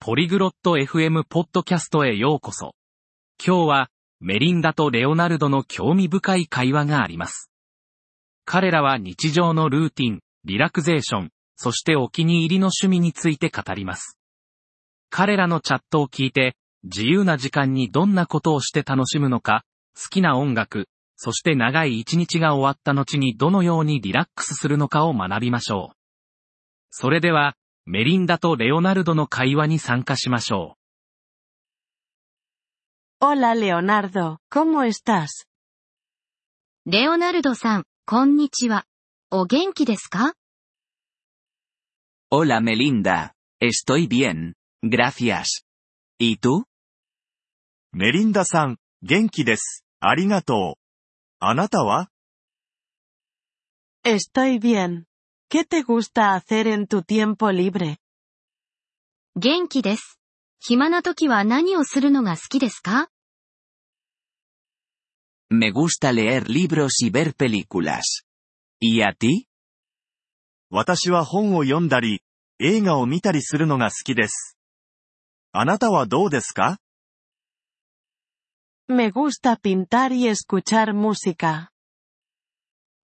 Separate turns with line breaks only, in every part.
ポリグロット FM ポッドキャストへようこそ。今日は、メリンダとレオナルドの興味深い会話があります。彼らは日常のルーティン、リラクゼーション、そしてお気に入りの趣味について語ります。彼らのチャットを聞いて、自由な時間にどんなことをして楽しむのか、好きな音楽、そして長い一日が終わった後にどのようにリラックスするのかを学びましょう。それでは、メリンダとレオナルドの会話に参加しましょ
Hola Leonardo, ¿cómo estás?
レオナルドさん、こんにちは。お元気ですか
Hola Melinda. Estoy bien. Gracias. ¿Y tú?
メリンダさん、元気です。ありがとう。あなたは
Estoy bien. ¿Qué te gusta hacer en tu tiempo libre?
元気です。暇な時は何をするのが好きですか
Me gusta leer libros y ver películas. ¿Y a ti?
私は本を読んだり、映画を見たりするのが好きです。あなたはどうですか
Me gusta pintar y escuchar música.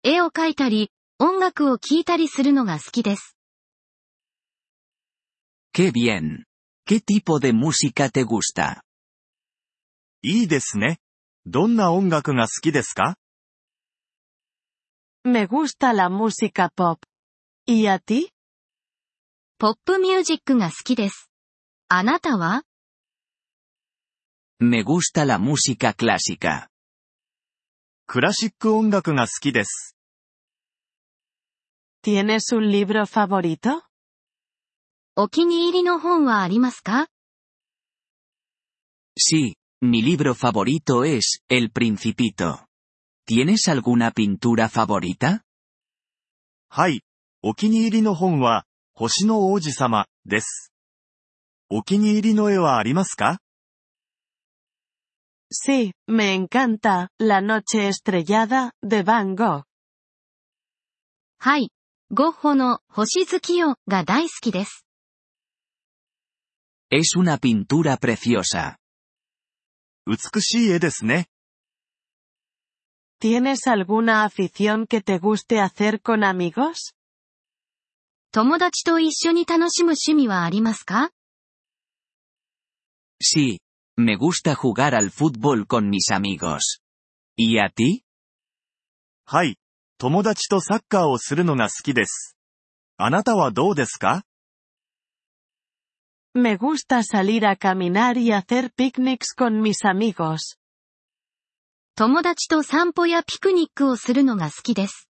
絵を描いたり、音楽を聴いたりするのが好きです。
Qué bien. ¿Qué tipo de música te gusta?
いいですね。どんな音楽が好きですか
Me gusta la música pop. ¿Y a ti?
ポップミュージックが好きです。あなたは
Me gusta la música clásica.
クラシック音楽が好きです。
¿Tienes un libro favorito?
お気に入りの本はありますか
Sí, mi libro favorito es El Principito. ¿Tienes alguna pintura favorita?
はい。お気に入りの本は、星の王子様、です。お気に入りの絵はありますか
Sí, me encanta, La Noche Estrellada, de Van Gogh.
はい。ゴッホの星月夜が大好きです。
Es una pintura preciosa.
美しい絵ですね。
¿Tienes alguna afición que te guste hacer con amigos?
友達と一緒に楽しむ趣味はありますか
Sí, me gusta jugar al fútbol con mis amigos. ¿Y a ti?
はい。友達とサッカーをするのが好きです。あなたはどうですか
Me gusta salir a caminar y hacer picnics con mis amigos.
友達と散歩やピクニックをするのが好きです。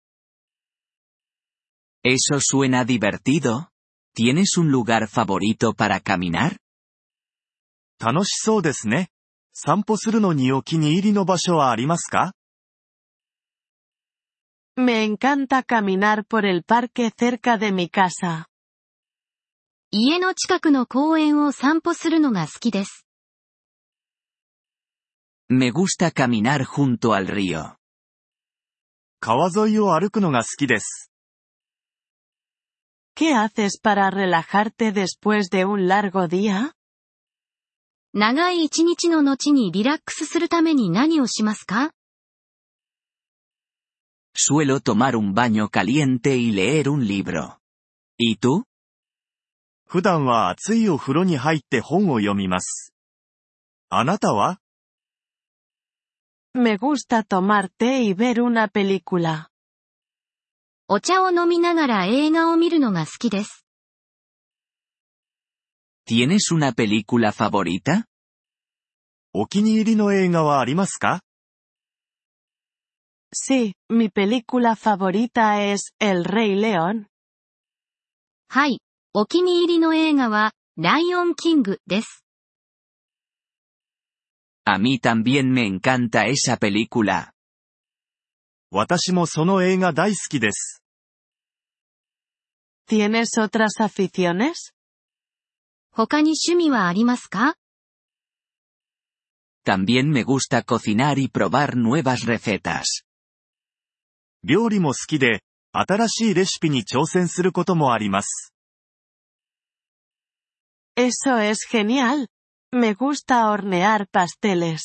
Eso suena divertido. ¿Tienes un lugar favorito para caminar?
楽しそうですね。散歩するのにお気に入りの場所はありますか
Me encanta caminar por el parque cerca de mi casa.
家の近くの公園を散歩するのが好きです。
Me gusta caminar junto al río.
川沿いを歩くのが好きです。
¿Qué haces para relajarte después de un largo día?
長い一日の後にリラックスするために何をしますか
Suelo tomar un baño caliente y leer un libro. ¿Y tú?
普段は暑いお風呂に入って本を読みます。あなたは
Me gusta tomar té y ver una película.
お茶を飲みながら映画を見るのが好きです。
¿Tienes una película favorita?
お気に入りの映画はありますか
Sí, mi película favorita es El Rey León.
はい。お気に入りの映画は、ライオンキングです。
A mí también me encanta esa película.
私もその映画大好きです。
¿Tienes otras aficiones?
他に趣味はありますか
También me gusta cocinar y probar nuevas recetas.
料理も好きで、新しいレシピに挑戦することもあります。
Eso es genial. Me gusta hornear pasteles.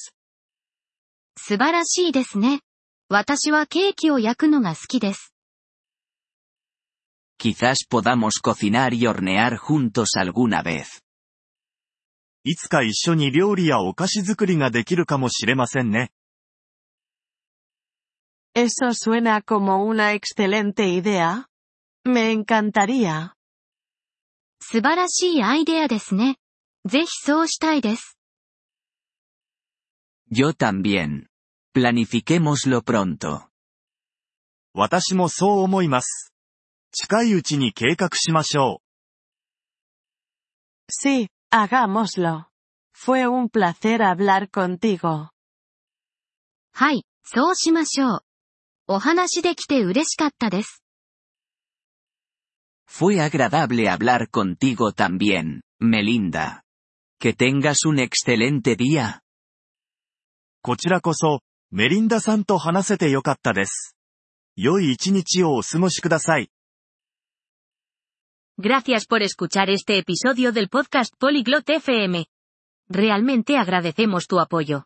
素晴らしいですね。私はケーキを焼くのが好きです。
Quizás podamos cocinar y hornear juntos alguna vez.
いつか一緒に料理やお菓子作りができるかもしれませんね。
Eso suena como una excelente idea. Me encantaría.
素晴らしいアイデアですね。ぜひそうしたいです。
Yo también. Planifiquémoslo pronto.
私もそう思います。近いうちに計画しましょ
Sí, hagámoslo. Fue un placer hablar contigo.
はい、そうしましょう。お話できて嬉しかったです。
Fue agradable hablar contigo también, Melinda. Que tengas un excelente día.
う。こちらこそ、メリンダさんと話せてよかったです。良い一日をお過ごしください。
Gracias por escuchar este episodio del podcast Polyglot FM. Realmente agradecemos tu apoyo.